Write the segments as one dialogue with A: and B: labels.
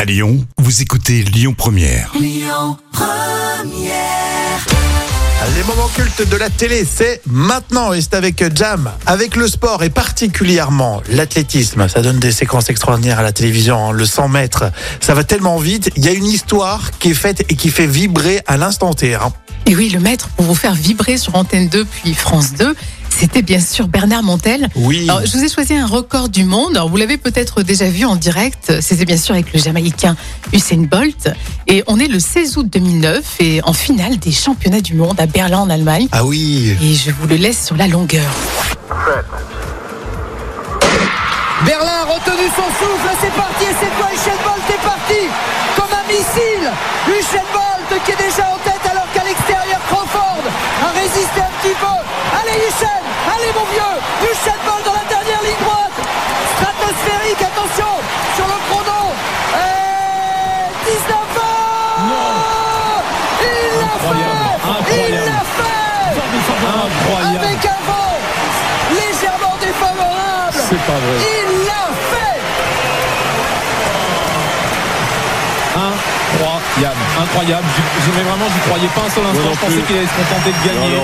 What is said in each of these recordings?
A: À Lyon, vous écoutez Lyon Première.
B: Les moments cultes de la télé, c'est maintenant et c'est avec Jam, avec le sport et particulièrement l'athlétisme. Ça donne des séquences extraordinaires à la télévision, hein, le 100 mètres. Ça va tellement vite. Il y a une histoire qui est faite et qui fait vibrer à l'instant T. hein.
C: Et oui, le maître pour vous faire vibrer sur Antenne 2 puis France 2, c'était bien sûr Bernard Montel.
B: Oui.
C: Alors, je vous ai choisi un record du monde. Alors, vous l'avez peut-être déjà vu en direct. C'était bien sûr avec le Jamaïcain Usain Bolt. Et on est le 16 août 2009 et en finale des championnats du monde à Berlin en Allemagne.
B: Ah oui.
C: Et je vous le laisse sur la longueur.
D: Berlin a retenu son souffle, c'est parti et cette fois Usain Bolt est parti comme un missile. Usain Bolt qui est déjà en tête alors qu'à l'extérieur Crawford a résisté un petit peu. Allez Usain, allez mon vieux, Usain Bolt dans la dernière ligne droite, stratosphérique, attention sur le chrono. Et 19 ans. Il l'a fait, il l'a fait. Avec un vent légèrement défavorable.
E: C'est pas vrai.
D: Il l'a fait
E: Incroyable, incroyable. J'y- j'y- mais vraiment, j'y croyais pas un seul instant. Je pensais qu'il allait se contenter de gagner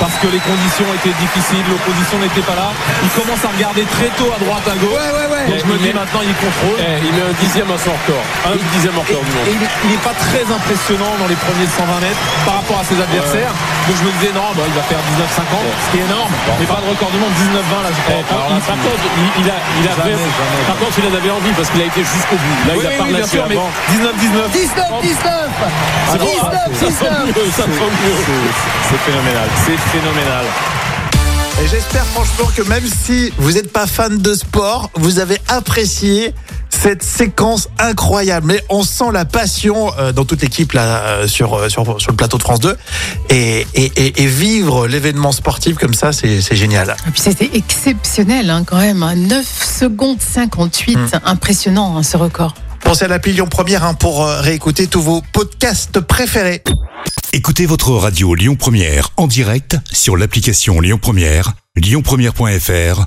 E: parce que les conditions étaient difficiles, l'opposition n'était pas là. Il commence à regarder très tôt à droite, à gauche. Donc je me dis maintenant, il contrôle. Eh, il met un dixième à son record. Un dixième record du monde. il n'est pas très impressionnant dans les premiers 120 mètres par rapport à ses adversaires. Donc je me disais, non, bah, il va faire 19,50, ce qui est énorme. Mais pas de record du monde, 19,20 là, je crois. Eh, par contre, il, a, par contre, il en avait envie parce qu'il a été jusqu'au bout. Là, il a parlé bien sûr, mais 19,19.
D: 19 19 19 19
E: C'est phénoménal, c'est phénoménal.
B: Et j'espère franchement que même si vous n'êtes pas fan de sport, vous avez apprécié cette séquence incroyable. Mais on sent la passion euh, dans toute l'équipe là euh, sur, euh, sur sur le plateau de France 2 et et, et- et vivre l'événement sportif comme ça, c'est c'est génial.
C: Et puis c'était exceptionnel hein, quand même. hein. 9 secondes 58. Impressionnant hein, ce record.
B: Pensez à l'appli Lyon Première hein, pour euh, réécouter tous vos podcasts préférés.
A: Écoutez votre radio Lyon Première en direct sur l'application Lyon Première, lyonpremière.fr